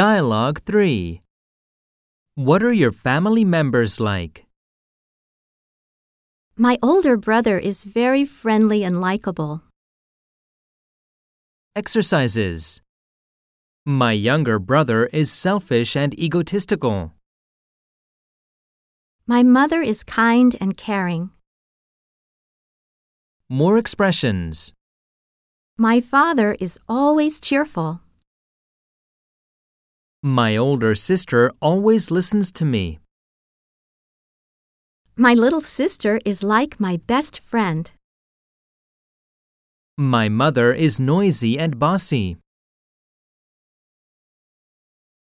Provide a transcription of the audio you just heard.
Dialogue 3 What are your family members like? My older brother is very friendly and likable. Exercises My younger brother is selfish and egotistical. My mother is kind and caring. More expressions. My father is always cheerful. My older sister always listens to me. My little sister is like my best friend. My mother is noisy and bossy.